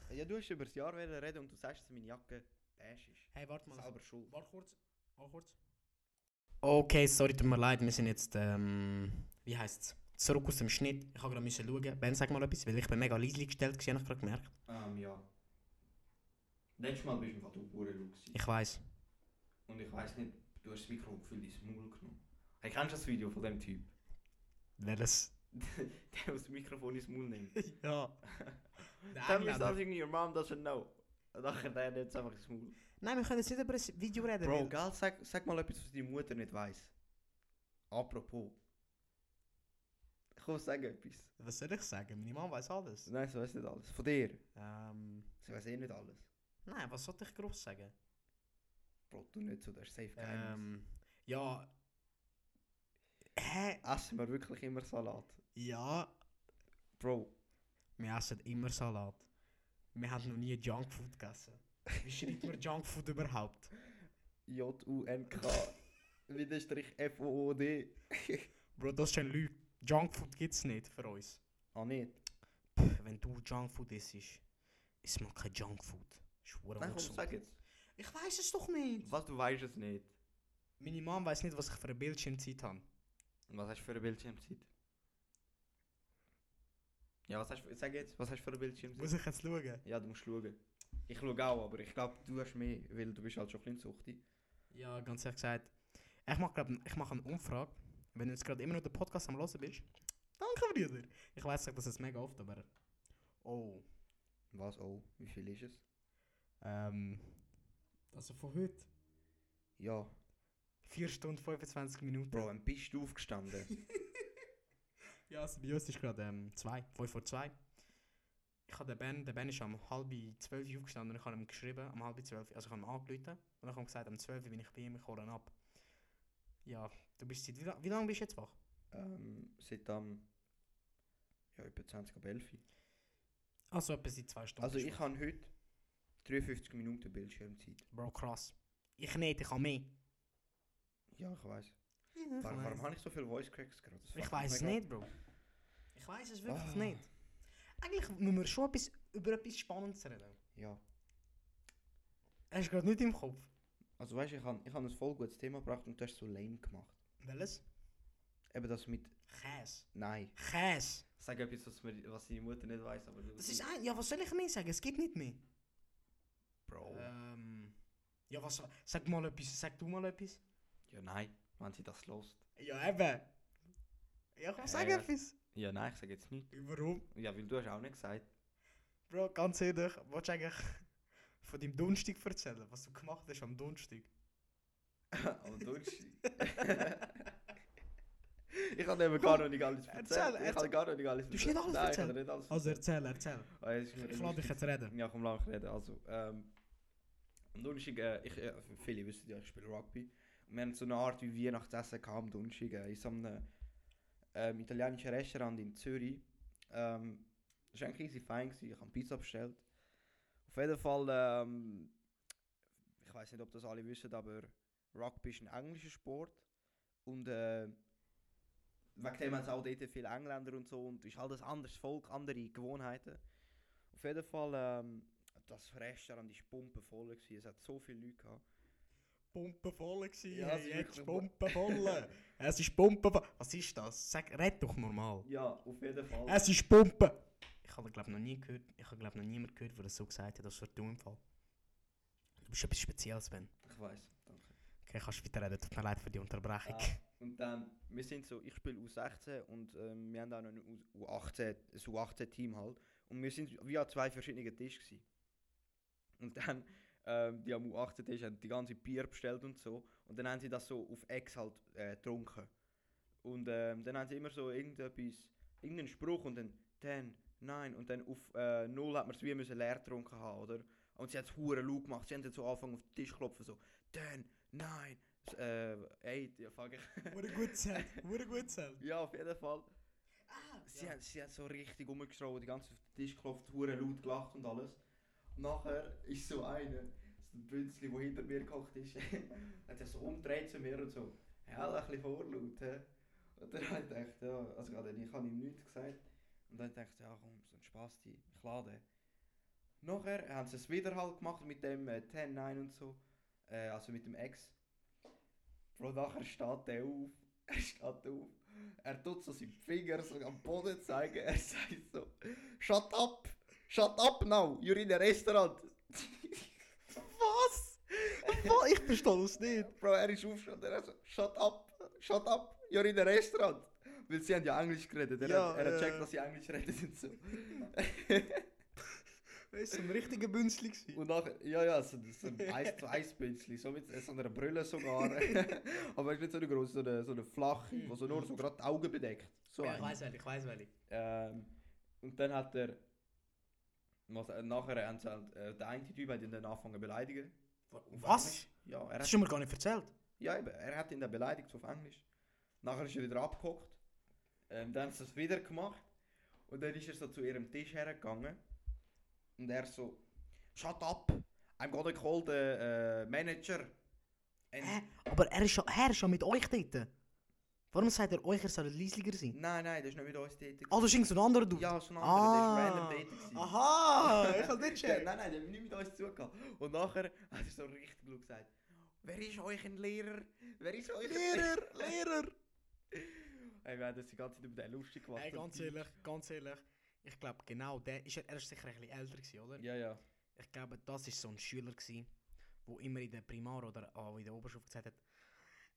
Ja, du hast über das Jahr wollen reden und du sagst, dass meine Jacke beige ist. Hey, warte mal. also- Selber schuld. Warte kurz. Warte kurz. Okay, sorry, tut mir leid, wir sind jetzt, ähm, wie heisst's? Zurück aus dem Schnitt. Ich habe gerade müssen schauen. Ben, sag mal etwas, weil ich bin mega leise gestellt gewesen, habe ich gerade gemerkt. Ähm, ja. Letztes Mal bist du im Fall du gewesen. Ich weiss. Und ich weiss nicht, du hast das Mikro gefühlt ins Maul genommen. Hey, kennst du das Video von dem Typ? Welches? der, der das Mikrofon ins Maul nimmt. Ja. Tell me Engländer. something your mom doesn't know. Und nachher der nimmt einfach ins Maul. Nein, wir können jetzt nicht über ein Video reden. Bro, weil- gell, sag, sag mal etwas, was deine Mutter nicht weiss. Apropos. Komm, sag etwas. was soll ich sagen? Meine Mama weiß alles. Nein, sie weiss nicht alles. Von dir. Ähm, Sie weiss eh nicht alles. nein, was sollte ich groß sagen? Bro, du nicht so, das ist safe geheim. Ähm, ja. Hä? Essen wir wirklich immer Salat? Ja, Bro, wir essen immer Salat. Wir haben noch nie Junkfood gegessen. Wie schreibt man Junkfood überhaupt? J-U-N-K. Widerstrich F-O-O-D. Bro, das ist ein Lüge. Junkfood gibt's nicht für uns. Ah, nicht. Pff, wenn du Junkfood isst, ist mal kein Junkfood. Ist hure Nein, komm, ungesund. sag jetzt. Ich weiß es doch nicht. Was, du weißt es nicht. Meine Mom weiß nicht, was ich für eine Bildschirmzeit habe. Und was hast du für eine Bildschirmzeit? Ja, was hast du, sag jetzt, was hast du für eine Bildschirmzeit? Muss ich jetzt schauen? Ja, du musst schauen. Ich schaue auch, aber ich glaube, du hast mehr, weil du bist halt schon ein bisschen Suchti. Ja, ganz ehrlich gesagt. Ich mache glaub, ich mache eine Umfrage. Wenn du jetzt gerade immer noch den Podcast am hören bist. Danke, Brüder. Ich weiß, sag das jetzt mega oft, aber. Oh. Was? Oh, wie viel ist es? Ähm. Also von heute. Ja. 4 Stunden 25 Minuten. Bro, wann bist du aufgestanden? Ja, also bei uns ist gerade ähm, zwei, fünf vor zwei. Ich habe den Ben, der Ben ist am halb zwölf aufgestanden und ich habe ihm geschrieben, am halb zwölf, also ich habe ihm angerufen und ich habe ihm gesagt, am zwölf bin ich bei ihm, ich hole ihn ab. Ja, du bist seit, wie, lang, wie lange bist du jetzt wach? ähm, seit am... Ja, etwa 20 ab 11. Also etwa seit zwei Stunden. Also bist du ich habe heute 53 Minuten Bildschirmzeit. wach. Bro, krass. Ich nicht, ich habe mehr. Ja, ich weiß. Warum, warum habe ich so viele Voice Cracks gerade? Das Ich fuckt weiß es mega ab. nicht, Bro. Ich weiß es wirklich Ah. nicht. Eigentlich müssen wir schon etwas, über etwas Spannendes reden. Ja. Hast du gerade nicht im Kopf? Also weißt du, ich habe ich hab ein voll gutes Thema gebracht und du hast so lame gemacht. Welches? Eben das mit... Käse. Nein. Käse. Sag etwas, was, mir, was deine Mutter nicht weiß, aber... Das ist ein... Ja, was soll ich mehr sagen? Es gibt nicht mehr. Bro. Ähm, ja, was sag mal etwas, sag du mal etwas. Ja, nein. Wenn sie das lost. Ja, eben. Ja, komm, sag Ja, ja. etwas. Ja, nein, ich sage jetzt nicht. Warum? Ja, weil du hast auch nicht gesagt. Bro, ganz ehrlich, willst du eigentlich von deinem Donnerstag erzählen, was du gemacht hast am Donnerstag? Am Donnerstag. ich habe eben gar noch nicht alles Erzähl, erzählt. Ich habe erzähl. gar noch nicht alles Du hast nicht alles nein, erzählt. Ich habe nicht alles Also erzähl, erzähl. Ah, es ist mir Ich lass dich lustig. jetzt reden. Ja, komm, lang reden. Also, ähm, am Donnerstag, äh, ich, äh, viele wissen ja, ich spiele Rugby. Und wir haben so eine Art wie Weihnachtsessen gehabt am Donnerstag äh, in so einem ähm, italienischen Restaurant in Zürich. Ähm, das war eigentlich easy fein, gewesen. ich habe Pizza bestellt. Auf jeden Fall, ähm, ich weiß nicht, ob das alle wissen, aber Rugby ist ein englischer Sport. Und äh, wegen dem haben es auch dort viele Engländer und so. Und es ist halt ein anderes Volk, andere Gewohnheiten. Auf jeden Fall, ähm, das Restaurant war pumpenvoll. Gewesen. Es hat so viele Leute gehabt. Pumpe voll gewesen. Ja, Ja, es ist jetzt wirklich- Pumpe voll. es ist Pumpe voll. Was ist das? Sag, red doch normal. Ja, auf jeden Fall. Es ist Pumpe. Ich habe glaube noch nie gehört, ich habe glaube noch niemand gehört, der das so gesagt hat, das war du im Fall. Du bist etwas Spezielles, Ben. ich weiß, danke. Okay, kannst weiterreden. Tut mir leid für die Unterbrechung. Ah, und dann, wir sind so, ich spiele U16 und ähm, wir haben auch noch ein U- U18, ein U18-Team halt. Und wir sind wie an zwei verschiedenen Tischen. Gewesen. Und dann, ähm, die am U18-Tisch haben die ganze Bier bestellt und so. Und dann haben sie das so auf Ex halt äh, getrunken. Und ähm, dann haben sie immer so irgendetwas, irgendeinen Spruch und dann 10, 9 und dann auf äh, 0 hat man es wie müssen leer getrunken haben, oder? Und sie hat es hure laut gemacht, sie haben dann so angefangen auf den Tisch zu klopfen, so 10, 9, s- äh, 8, ja fuck ich. Wurde gut zählt. Wurde gut zählt. ja, auf jeden Fall. Sie, ja. hat, sie hat so richtig rumgeschraubt, die ganze Zeit auf den Tisch geklopft, hure laut gelacht und alles. Nachher ist so einer, so ein Bünzli, der hinter mir gekocht ist, hat sich so umgedreht zu mir und so, ja, ein bisschen vorlaut. hä?» Und dann habe ich gedacht, ja, also gerade ich habe ihm nichts gesagt. Und dann dachte ich, ja komm, so ein Spasti, ich lade. ihn. Nachher haben sie es wieder halt gemacht mit dem äh, 10 9 und so, äh, also mit dem Ex. Bro, nachher steht der auf, er steht auf. Er tut so seinen Finger so am Boden zeigen. Er sagt so: Shut up! Shut up now! You're in a restaurant! Was? Ich verstehe das nicht. Bro, er ist aufgestanden. Er so: Shut up! Shut up! You're in a restaurant! Weil sie haben ja Englisch geredet. Er, Ja, hat, er hat ja, checkt, ja. dass sie Englisch reden und so. Weißt du, ein richtiger Bünzli gewesen. Und nachher, ja, ja, so, so ein Eis, so Eisbündchen, so mit so einer Brille sogar. Aber es ist nicht so eine große, so eine, so eine flache, die so nur so gerade die Augen bedeckt. So ja, ich eine. weiß welche, ich weiß welche. Ähm, und dann hat er. Was, äh, nachher haben sie halt, äh, der eine Typ hat ihn dann angefangen zu beleidigen. Wa- Auf Was? Englisch. Ja, er Das hat, hast du mir gar nicht erzählt. ja eben, er hat ihn dann beleidigt auf Englisch. Nachher ist er wieder abgehockt. Ähm, dann haben sie es wieder gemacht. Und dann ist er so zu ihrem Tisch hergegangen. Und er so: Shut up! I'm gonna call the äh, manager. And Hä? Aber er ist, ja, er ist ja mit euch dort. Warum sagt er euch, er soll leisiger sein? Nein, nein, das ist nicht mit uns tätig. Ah, das ist irgend so ein anderer Dude. Ja, so ein anderer, der ist random Ah. tätig. gewesen. Aha, ich hab's nicht Der- gecheckt. nein, nein, der hat nicht mit uns zugehört. Und nachher hat er so richtig laut gesagt: Wer ist euch ein Lehrer? Wer ist euch ein Lehrer, Lehrer. Ey, wir haben das die ganze Zeit über den lustig gemacht. Ey, und ganz die- ehrlich, ganz ehrlich. Ich glaube, genau der ist er, er ist sicher ein bisschen älter gewesen, oder? Ja, ja. Ich glaube, das war so ein Schüler, gewesen, wo immer in der Primar oder auch in der Oberstufe gesagt hat: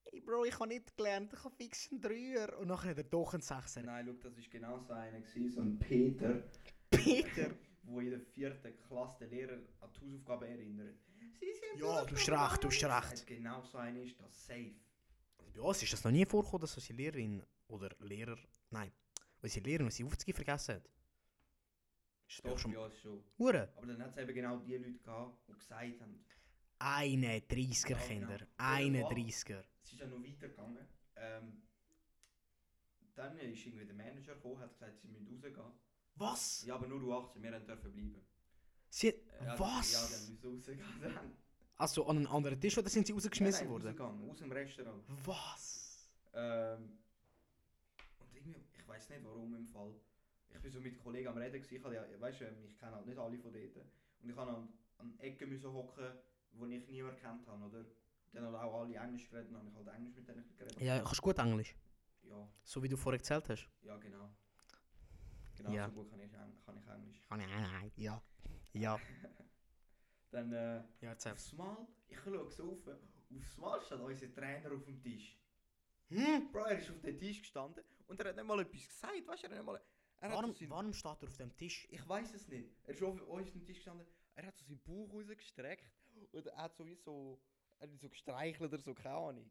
Hey Bro, ich habe nicht gelernt, ich habe fix einen Dreier. Und nachher hat er doch einen Sechser. Nein, schau, das war genau so einer, gewesen, so ein Peter, Peter! wo in der vierten Klasse den Lehrer an die Hausaufgaben erinnert. Sie sind Ja, dus du hast recht, du hast recht. Genau so einer ist das safe. Also bei uns ist das noch nie vorgekommen, dass unsere Lehrerin oder Lehrer, nein, unsere Lehrerin unsere Aufzüge vergessen hat. Ist das Doch, doch schon bei uns schon. Hure? Aber dann hat es eben genau nou die Leute gehabt, die gesagt haben, Eine 30er, Ja, genau. Kinder. Ja, Eine voll. 30er. es ist ja noch weitergegangen. Ähm, dann ist irgendwie der Manager gekommen, hat gesagt, sie müssen rausgehen. Was? Ja, aber nur U18, wir haben dürfen bleiben. Sie hat, Äh, ja, Ja, was? dann müssen wir rausgehen. Dann. Nein, also an einen anderen Tisch oder sind sie rausgeschmissen nein, worden? Rausgegangen, aus dem Restaurant. Was? Ähm, und irgendwie, ich weiß nicht warum im Fall. Ich bin so mit Kollegen am Reden, gewesen, ich, hab ja, weißt, ich kenne halt nicht alle von dort. Und ich musste an, an Ecken müssen hocken, wo ich niemand kennt habe, oder? Dann haben auch alle Englisch geredet, dann habe ich halt Englisch mit denen geredet. Ja, kannst du gut Englisch. ja. So wie du vorher erzählt hast. Ja, genau. Genau, Ja. so gut kann ich, Eng- kann ich Englisch. Ah, Ja. Ja. Dann, äh, Ja, erzähl. aufs Mal, ich schaue es auf, äh, aufs Mal steht unser Trainer auf dem Tisch. Hm? Bro, er ist auf dem Tisch gestanden und er hat nicht mal etwas gesagt, weißt du, er hat nicht mal... Er hat so Warum, sein- warum steht er auf dem Tisch? Ich weiß es nicht. Er ist auf unserem Tisch gestanden, er hat so seinen Bauch rausgestreckt und er hat so wie so... Er hat ihn so gestreichelt oder so, keine Ahnung.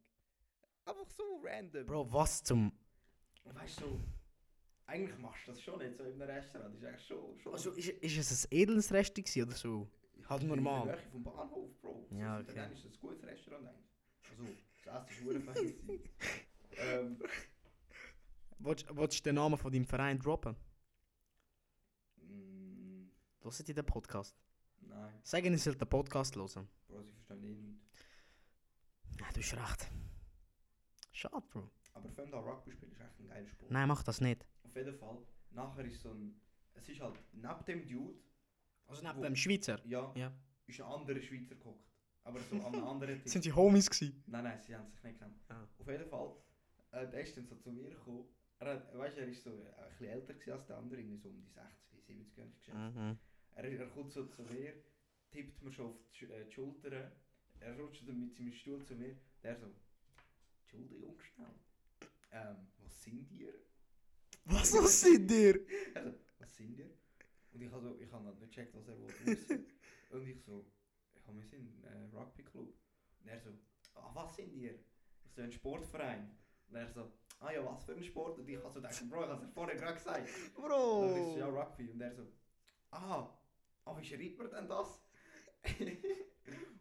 Einfach so random. Bro, was zum... Und weißt du, so, eigentlich machst du das schon nicht so in einem Restaurant, das ist eigentlich schon... schon Also ist, ist es ein edles Rest gewesen oder so? Halt normal. In der Nähe vom Bahnhof, Bro. So Ja, sind okay. Dann ist das ein gutes Restaurant eigentlich. Also, das erste ist hure fancy. ähm, Willst, willst du den Namen von deinem Verein droppen? mm, Hört ihr den Podcast? nein, Sagen, ihr sollt den Podcast hören. Bro, sie verstehen eh nicht. Ja, du hast recht. Schade, Bro. Aber Fender Rugby spielen ist echt ein geiler Sport. Nein, mach das nicht. Auf jeden Fall, nachher ist so ein. Es ist halt neben dem Dude, Also neben neben dem dem Schweizer? ja, Ja. ist ein anderer Schweizer gekocht. Aber so an einem anderen Tisch. Sind sie Homies gewesen? Nein, nein, sie haben sich nicht gekannt. Ah. Auf jeden Fall, äh, der ist dann so zu mir gekommen. Er, hat- weißt, du, er ist so äh, ein bisschen älter gewesen als der andere, irgendwie so um die 60, 70 habe ich geschätzt. Mhm. Er, er kommt so zu mir, tippt mir schon auf die, Sch- äh, die Schulter, er rutscht dann mit seinem Stuhl zu mir, der so, Entschuldigung schnell, ähm, was sind ihr? Was, was sind dir? Er so, was sind ihr? Und ich habe so, ich habe halt nicht gecheckt, was er wollte wissen. Und ich so, ja, wir sind ein äh, Rugby-Club. Und er so, ah, was sind ihr? Ich so, ein Sportverein. Und er so, ah ja, was für ein Sport? Und ich habe so gedacht, Bro, ich habe es ja vorher gerade gesagt. Bro! Und ich so, ja, Rugby. Und er so, ah, ah wie schreibt man denn das?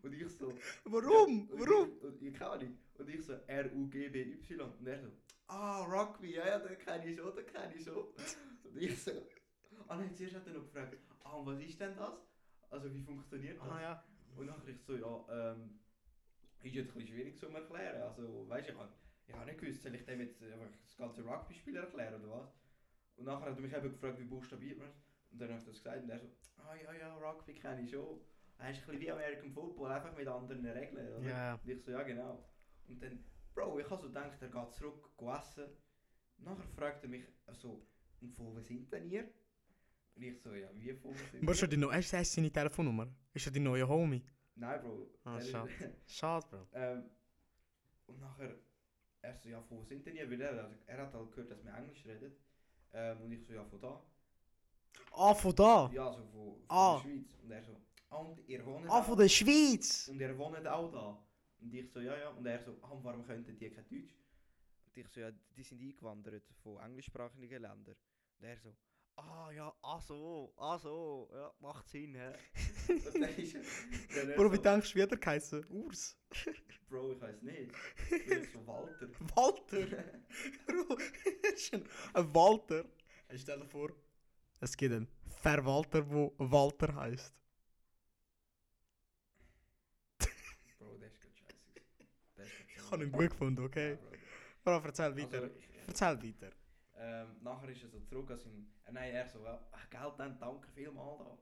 und ich so, Warum? ja, und Warum? Ich, und ich keine Ahnung. Und ich so, R-U-G-B-Y. Und er so, ah, Rugby, ja, ja, den kenne ich schon, den kenne ich schon. Und ich so, ah nein, zuerst hat er noch gefragt, ah, und was ist denn das? Also, wie funktioniert das? Ah ja. Und dann ich so, ja, ähm, ist jetzt ein bisschen schwierig zu erklären. Also, weißt du, ich habe ich hab nicht gewusst, soll ich dem jetzt einfach das ganze Rugby-Spiel erklären oder was? Und nachher hat er mich eben gefragt, wie buchstabiert man Und dann habe ich das gesagt und er so, ah ja, ja, Rugby kenne ich schon. Er ist ein bisschen wie American Football, einfach mit anderen Regeln. Oder? Ja. Und ich so, ja genau. Und dann, Bro, ich habe so gedacht, er geht zurück, geht essen. Nachher fragt er mich so, und von wo sind denn ihr? Und ich so, ja, wie von wo sind Bro, schon die neue. Hast du seine Telefonnummer? Ist ja die neue Homie? Nein, Bro. Ah, er- schade. Schade, Bro. Ähm, und nachher, er so, ja, von wo sind denn ihr? Weil er, hat- er hat halt gehört, dass wir Englisch reden. Ähm, und ich so, ja, von da. Ah, von da! Ja, so von, von Ah. der Schweiz. Und er so, ah, und ihr wohnt Ah, von der Schweiz! Und er wohnt auch da. Und ich so, ja, ja. Und er so, ah, und warum könnten die kein Deutsch? Und ich so, ja, die sind eingewandert von englischsprachigen Ländern. Und er so, ah, ja, ah so, ah so, ja, macht Sinn, hä? und dann ist er, dann er Bro, wie so, denkst du, wie hat er geheißen? Urs. Bro, ich weiß nicht. Und ich so, Walter. Walter! Bro, ist ein ein Walter. Hey, Stell dir vor, es gibt einen Verwalter, der Walter heißt. Bro, der ist gerade scheiße. Der ist grad Ich habe ihn scheiße. gut gefunden, okay? Ja, Bro. Bro, erzähl weiter. Also, ich- Erzähl weiter. ähm, nachher ist er so zurück an seinen. Äh, nein, er so, ja, ah, Geld, dann danke vielmal da.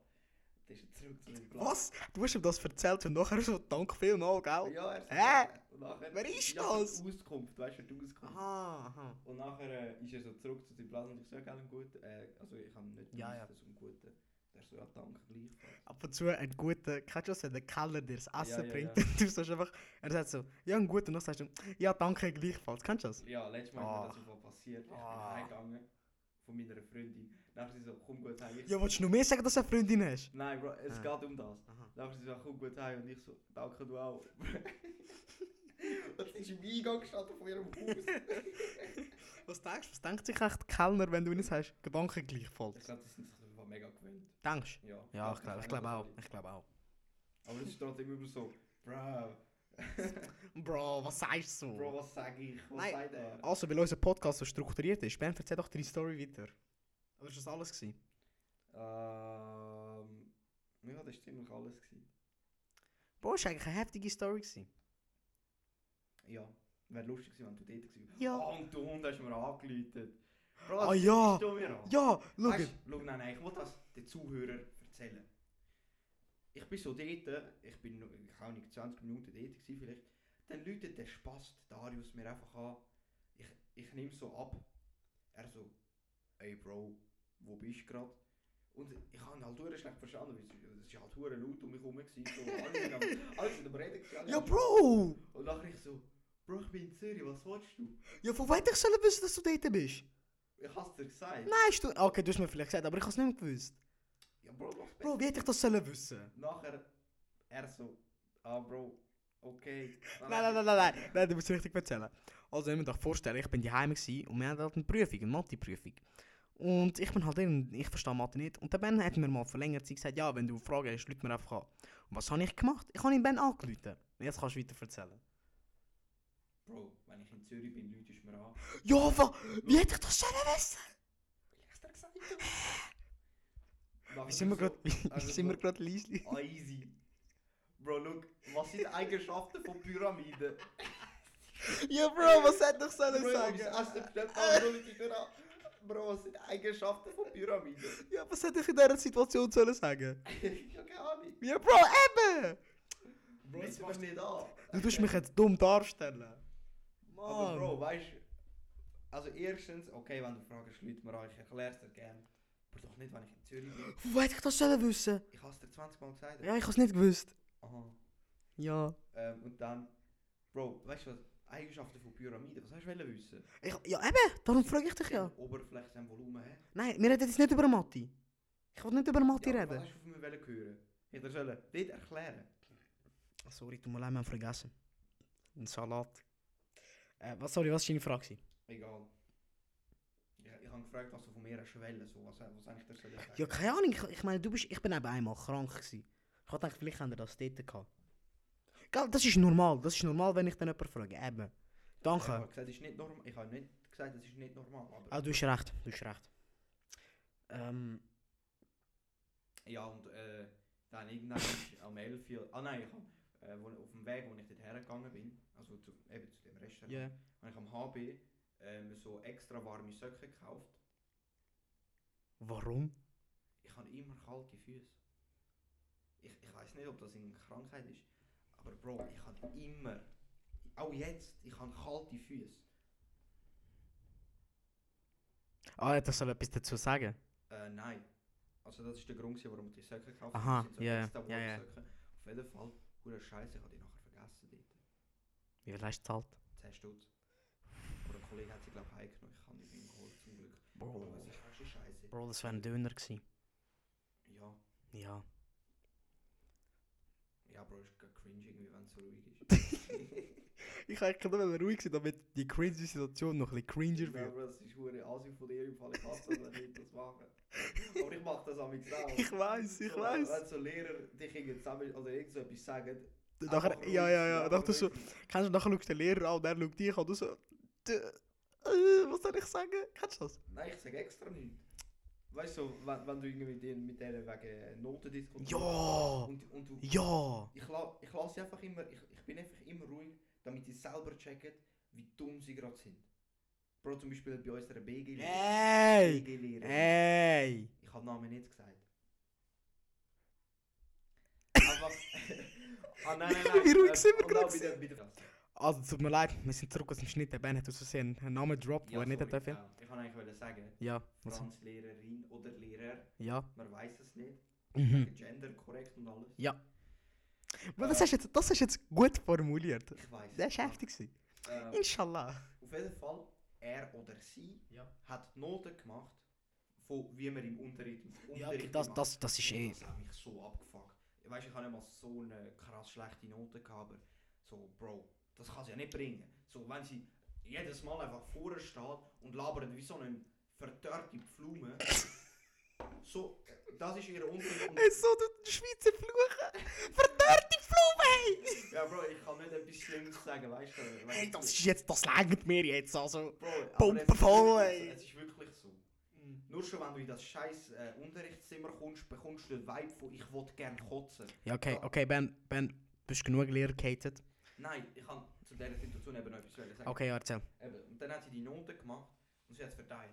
Dann ist er zurück zu seinem Platz. Was? Du hast ihm das erzählt und nachher so, danke vielmals, gell? Ja, er so, Hä? ja. Und nachher, Wer ist ja, für die das? Auskunft, weißt du, für die Auskunft. Aha, Ah, aha. Und nachher äh, ist er so zurück zu seinem Platz und ich so, ja, gell, einen guten. Äh, also, ich habe nicht Ja, ja. gewusst, dass er einen guten. Der so, ja, danke gleichfalls. Ab und zu ein guter, kennst du das, wenn der Keller dir das Essen ja, ja. bringt und du sagst einfach, er sagt so, ja, einen guten, und dann sagst du, ja, danke, gleichfalls. Kennst du das? Ja, letztes Mal ist mir das Ah. im Fall passiert. Ich Ah. bin heimgegangen von meiner Freundin. Nachher sie so, komm gut heim. Ich so, Ja, nou willst du noch mehr sagen, dass du eine Freundin hast? Nein, Bro, es Ah. geht um das. Aha. Dann haben sie gesagt, komm gut heim und ich so, danke du auch. Und sie ist im Eingang gestanden von ihrem Haus. Was denkst du, was denkt sich echt der Kellner, wenn du ihn sagst, Gedanken Ich gleichfalls? glaube, die sind sich einfach mega gewöhnt. Denkst Ja, Oh, Ja, ich das glaube ist glaub mega auch. gewöhnt. Ich glaube auch. Aber es ist trotzdem immer so, Bro, Bro, was sagst du? Bro, was sag ich? Was Nein. sagt er? Also, weil unser Podcast so strukturiert ist, Ben, erzähl doch deine Story weiter. Oder ist das alles gewesen? Ähm, ja, das war ziemlich alles. Gewesen. Bro, ist eigentlich eine heftige Story gewesen. Ja, wäre lustig gewesen, wenn du dort gewesen wärst. Ja. Ah, und du Hund hast mir angeläutet. Bro, Ah was ja. du mir an? Ja, schau. Weisst, schau, nein, nein, ich will das den Zuhörern erzählen. Ich bin so dort, ich bin noch, keine Ahnung, 20 Minuten dort gewesen vielleicht, dann läutet der Spast Darius mir einfach an. Ich, ich nehme so ab. Er so, ey Bro, wo bist du gerade? Und ich habe ihn halt hure schlecht verstanden, weil es- es war halt hure laut um mich herum. gewesen, So, alle sind am- alle sind am Reden. gewesen, alle Ja, haben- Bro! Und nachher ich so, Bro, ich bin in Zürich, was willst du? Ja, von weit ich soll wissen, dass du dort bist? Ich hab's dir gesagt. Nein, hast du... Okay, du hast mir vielleicht gesagt, aber ich habe es nicht mehr gewusst. Ja, Bro, mach's besser. Bro, wie hätte ich das sollen wissen? Nachher, er so, ah Bro, okay. Nein, nein, nein, nein, nein, nein, du musst es richtig erzählen. Also, ihr müsst euch vorstellen, ich bin daheim gewesen und wir hatten halt eine Prüfung, eine Mathe-Prüfung. Und ich bin halt eben, ich verstehe Mathe nicht. Und der Ben hat mir mal vor längerer Zeit gesagt, ja, wenn du Fragen hast, lüt mir einfach an. Und was habe ich gemacht? Ich habe ihn Ben angerufen. Und jetzt kannst du weiter erzählen. Bro, wenn ich in Zürich bin, läutest du mir an. Ja, wa, wie hätte ich das sollen wissen? Nachher Wie sind wir so, gerade, wie also sind wir so- gerade leise? dus Ah, easy. Bro, look, was sind die Eigenschaften von Pyramiden? Ja, Bro, was hätte ich Bro, sollen ich hab's erst bestimmt an, Bro, läutest du mir an. ah. Bro, was sind die Eigenschaften von Pyramiden? Ja, was hätte ich in dieser Situation sollen sagen? ich hab keine Ahnung. Ja, Bro, eben! Bro, jetzt machst du nicht an. Du tust mich jetzt dumm darstellen. Aber Mann. Bro, weißt du, also erstens, okay, wenn du fragst, läut mir an, ich erklär's dir gerne. Aber doch nicht, wenn ich in Zürich bin. Wo hätte ich das sollen wissen? Ich hab's dir 20 Mal gesagt. Ja, ich habe es nicht gewusst. Aha. Ja. Ähm, und dann, Bro, weißt du was? Eigenschaften von Pyramiden, was hast du wollen wissen? Ich, ja, eben, darum frage ich dich ja. Oberfläche und Volumen, hä? Nein, wir reden jetzt nicht über Matti. Ich will nicht über Matti Ja, was reden. hast du von mir wollen hören? Ich dir sollen dit erklären. Ah, sorry, du Eh, mir leid, wir haben vergessen. Ein Salat. Äh, was, sorry, was war deine Frage? Egal. habe gefragt, was du von mir hast wollen. So, was, was eigentlich dir soll ich sagen? Ja, keine Ahnung. Ich, ich meine, du bist, ich bin eben einmal krank gewesen. Ich dachte, vielleicht haben wir das dort gehabt. Gell, das ist normal. Das ist normal, wenn ich dann jemanden frage. Eben. Ich habe Danke. gesagt, es ist nicht normal. Ich habe nicht gesagt, es ist nicht normal. Aber Ah, du hast recht. Du hast recht. Ähm, Ja, und äh, dann irgendwann ist am 11 Uhr. Ah nein, ich hab, äh, wo, auf dem Weg, wo ich dort hergegangen bin, also zu, eben zu dem Restaurant, Ja. habe ich am HB äh, mir so extra warme Socken gekauft. warum? Ich habe immer kalte Füße. Ich, ich weiß nicht, ob das eine Krankheit ist, aber Bro, ich habe immer, auch jetzt, ich habe kalte Füße. Ah, ja, das soll etwas dazu sagen. Äh, nein. Also das ist der Grund, gewesen, warum ich die Socken gekauft Aha, habe. Das sind so ja, ja, extra warme ja, ja. Socken. Auf jeden Fall, hure Scheiße, ich habe die nachher vergessen dort. Wie viel hast du gezahlt? 10 Stutz. Aber ein Kollege hat sie, glaube ich, heimgenommen. Ich kann nicht mehr geholt, zum Glück. Aber Bro, was ist auch schon scheiße. Bro das wäre ein Döner gewesen. Ja, Ja. ja, Bro, ist grad cringe irgendwie, wenn es so ruhig ist. Ich wollte nur ruhig sein, damit die cringe Situation noch ein bisschen Ich cringer glaube, das ist hure Asi von dir im Fall. Ich hasse das, wenn ich das mache. Aber ich mache das am auch. Ich weiß, ich So, weiß. Wenn so Lehrer dich irgendwie zusammen oder irgend so etwas sagen. einfach Nachher, ruhig, ja, ja, ja. einfach Nachher du so, ruhig. kennst du, nachher schaust du den Lehrer an und er schaut dich an und du so, "D- äh, was soll ich sagen? Kennst du das? Nein, ich sage extra nichts. Weißt du, so, wenn, wenn du irgendwie mit denen, mit denen wegen Noten diskutierst. Ja! Und, und du Ja! Ich, la ich lasse sie einfach immer, ich, ich bin einfach immer ruhig, damit sie selber checken, wie dumm sie gerade sind. Bro, zum Beispiel bei unserer BG-Lehrerin. Ey! BG Ey! ich habe Namen nicht gesagt. Aber. ah, nein, nein, nein. Wie ruhig äh, sind wir und auch gerade bei der- bei der- Also, tut mir leid, wir sind zurück aus dem Schnitt. Der Ben hat aus Versehen einen Namen gedroppt, Ja, den er nicht sorry, hätte dürfen. ja. Ich kann eigentlich wollen sagen, Ja, was? Franz-Lehrerin oder Lehrer, Ja. man weiß es nicht. Mhm. Gender korrekt und alles. Ja. Weil Das hast, du jetzt, das hast du jetzt gut formuliert. Ich weiß. Das war heftig. gewesen. Ähm, Inshallah. Auf jeden Fall, er oder sie Ja. hat Noten gemacht, von wie man im Unterricht, im Unterricht Ja, okay, das, gemacht das, das ist Und eh. Das hat mich so abgefuckt. Ich weiß, ich habe nicht mal so eine eh, krass schlechte Note gehabt, aber so, Bro, das kann sie ja nicht bringen. So, wenn sie jedes Mal einfach vorne steht und labert wie so eine verdörrte Pflume. so, das ist ihr Unterricht. Und, Ey, so du Schweizer Fluchen. Verdörrte Blume! ja, Bro, ich kann nicht etwas Schlimmes sagen, weißt du? weil- Ey, das ist jetzt, das langt mir jetzt. Also. Bro, aber Pumpe es ist voll, wirklich- ey. Es ist wirklich so. Nur schon, wenn du in das scheiß äh, Unterrichtszimmer kommst, bekommst du den Vibe von «Ich will gern kotzen». Ja, okay, Ja. okay, Ben, Ben, dus bist genug Lehrer gehatet? Nein, ich kann zu dieser Situation eben noch etwas wollen sagen. Okay, ja, erzähl. Eben, und dann hat sie die Noten gemacht und sie hat es verteilt.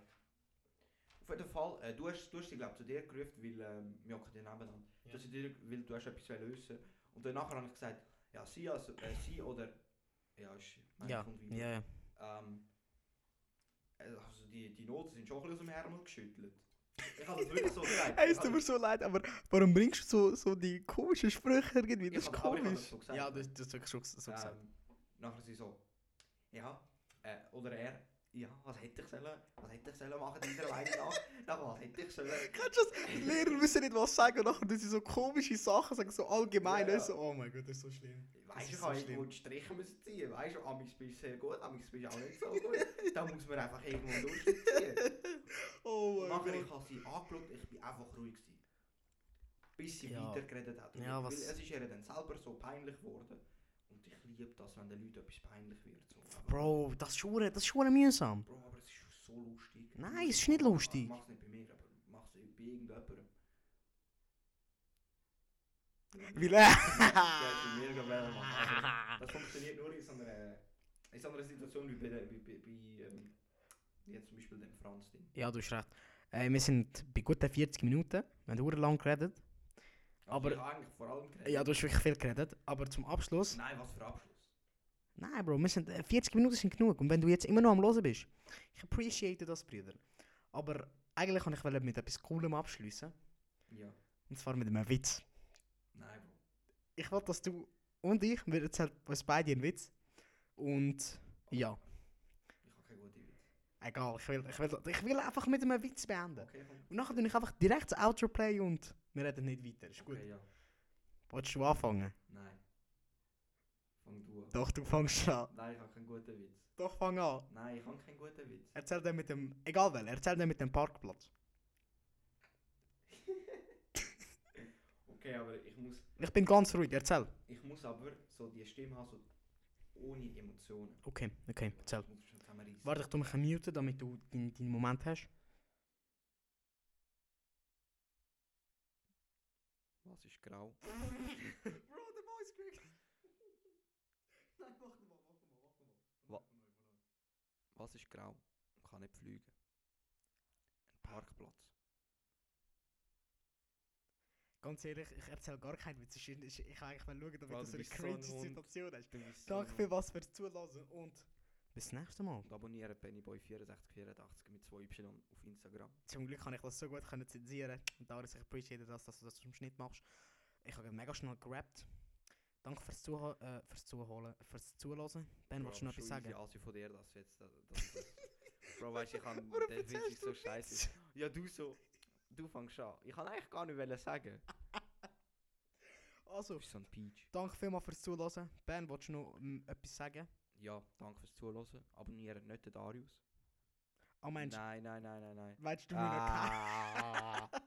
Auf jeden Fall, äh, du hast, du hast sie glaube zu dir gerufen, weil, ähm, wir hocken dir nebenan, du hast sie dir, weil du hast etwas wollen wissen. Und dann nachher habe ich gesagt, ja, sie, also, äh, sie oder, ja, ist, meine Ja, kommt wieder. ja, ja. Ähm, also eh, die, die Noten sind schon ein bisschen aus dem Ärmel geschüttelt. Ich habe das wirklich so gesagt. Ey, Ich es tut habe- mir so leid, aber warum bringst du so, so die komischen Sprüche irgendwie? ich Das ist habe- aber ich habe komisch. so gesagt. hast wirklich schon so Ähm, nachher sie so, ja, äh, oder er, ja, was hätte ich sollen, was hätte ich sollen machen in dieser Weile nach, nach was hätte ich sollen. Kannst du das? Die Lehrer wissen nicht, was sagen und nachher tun sie so komische Sachen, sagen so allgemein. Ja, ja. ne? So, oh mein Gott, das ist so schlimm. Weißt du, ist ich so habe irgendwo schlimm. die Striche müssen ziehen, weißt du, amigs bist du sehr gut, amigs bist du auch nicht so gut. da muss man einfach irgendwo einen Durchschnitt ziehen. Oh mein Nachher, ich Gott. habe sie angeschaut, ich bin einfach ruhig gewesen. Bis sie Ja. weiter geredet hat. Ja, was- Weil es ist ihr dann selber so peinlich geworden. Und ich liebe das, wenn den Leuten etwas peinlich wird. So. Aber- Bro, das ist schon, das ist schon mühsam. Bro, aber es ist so lustig. Nein, es ist nicht lustig. Mach's nicht bei mir, aber mach's bei irgendjemandem. Wie leer. Ja, bei mir gerade werden machen. Aber Also, Das funktioniert nur in so einer, in so einer Situation wie bei, der, bei, bei, bei ähm, jetzt zum Beispiel dem Franz-Ding. Ja, dus du hast recht. Äh, wir sind bei guten 40 Minuten. Wir haben verdammt lang geredet. Aber- Also, Ich hab eigentlich vor allem geredet. Ja, du hast wirklich viel geredet. Aber zum Abschluss. Nein, was für Abschluss. Nein, Bro, wir sind, äh, 40 Minuten sind genug. Und wenn du jetzt immer noch am Hören bist, ich appreciate das, Brüder. Aber eigentlich kann ich wollen mit etwas Coolem abschließen. Ja. Und zwar mit einem Witz. Nein, Bro. Ich will, dass du und ich, wir erzählen uns beide einen Witz. Und ja, Ich habe keine gute Idee. egal, ich will, ich will, ich will einfach mit einem Witz beenden. Okay, komm. Und nachher tue ich einfach direkt das Outro play und wir reden nicht weiter. Ist gut. Okay, ja. Wolltest du anfangen? Nein. Fang du an. Doch, du fangst an. Nein, ich habe keinen guten Witz. Doch, fang an. Nein, ich habe keinen guten Witz. Erzähl den mit dem. Egal wel, erzähl den mit dem Parkplatz. Okay, aber ich muss, Ich bin ganz ruhig, erzähl. ich muss aber so die Stimme haben, so ohne Emotionen. Okay, okay, erzähl. Ich muss schon zusammenreissen. Warte, ich tu mich muten, damit du deinen deinen Moment hast. Was ist grau? Bro, der Voice Crack. Nein, mach mal, mach Wa- Was ist grau und kann nicht fliegen? Ein Parkplatz. Ganz ehrlich, ich erzähl gar keinen Witz. Ich, ich, ich kann eigentlich mal schauen, damit du Bro, du so eine bist so cringe ein Hund. Situation hast. Du bist so Danke ein- für was fürs Zulassen und bis zum nächsten Mal. Und abonniere Pennyboy6484 mit 2y auf Instagram. Zum Glück kann ich das so gut können zensieren und darum ich appreciate das, dass du das zum Schnitt machst. Ich habe mega schnell gerappt. Danke fürs Zuhören, äh, fürs Zuholen, fürs Zulassen. Ben, nou Bro, wolltest du noch aber etwas schon sagen? easy Assi von dir, dass du jetzt... Das, das, das. Bro, weißt du, ich kann... Warum Der Witz erzählst ist so scheiße. Ja, du so... Du fängst an. Ich kann eigentlich gar nicht wollen sagen. Du Also, bist so ein Peach. danke vielmals fürs Zulassen. Ben, wolltest du noch ähm, etwas sagen? Ja, danke fürs Zuhören. Abonniere nicht den Darius. Ah, meinst Nein, Ah. nein, nein, nein, nein. nou meinst du mir noch keinen? Ah.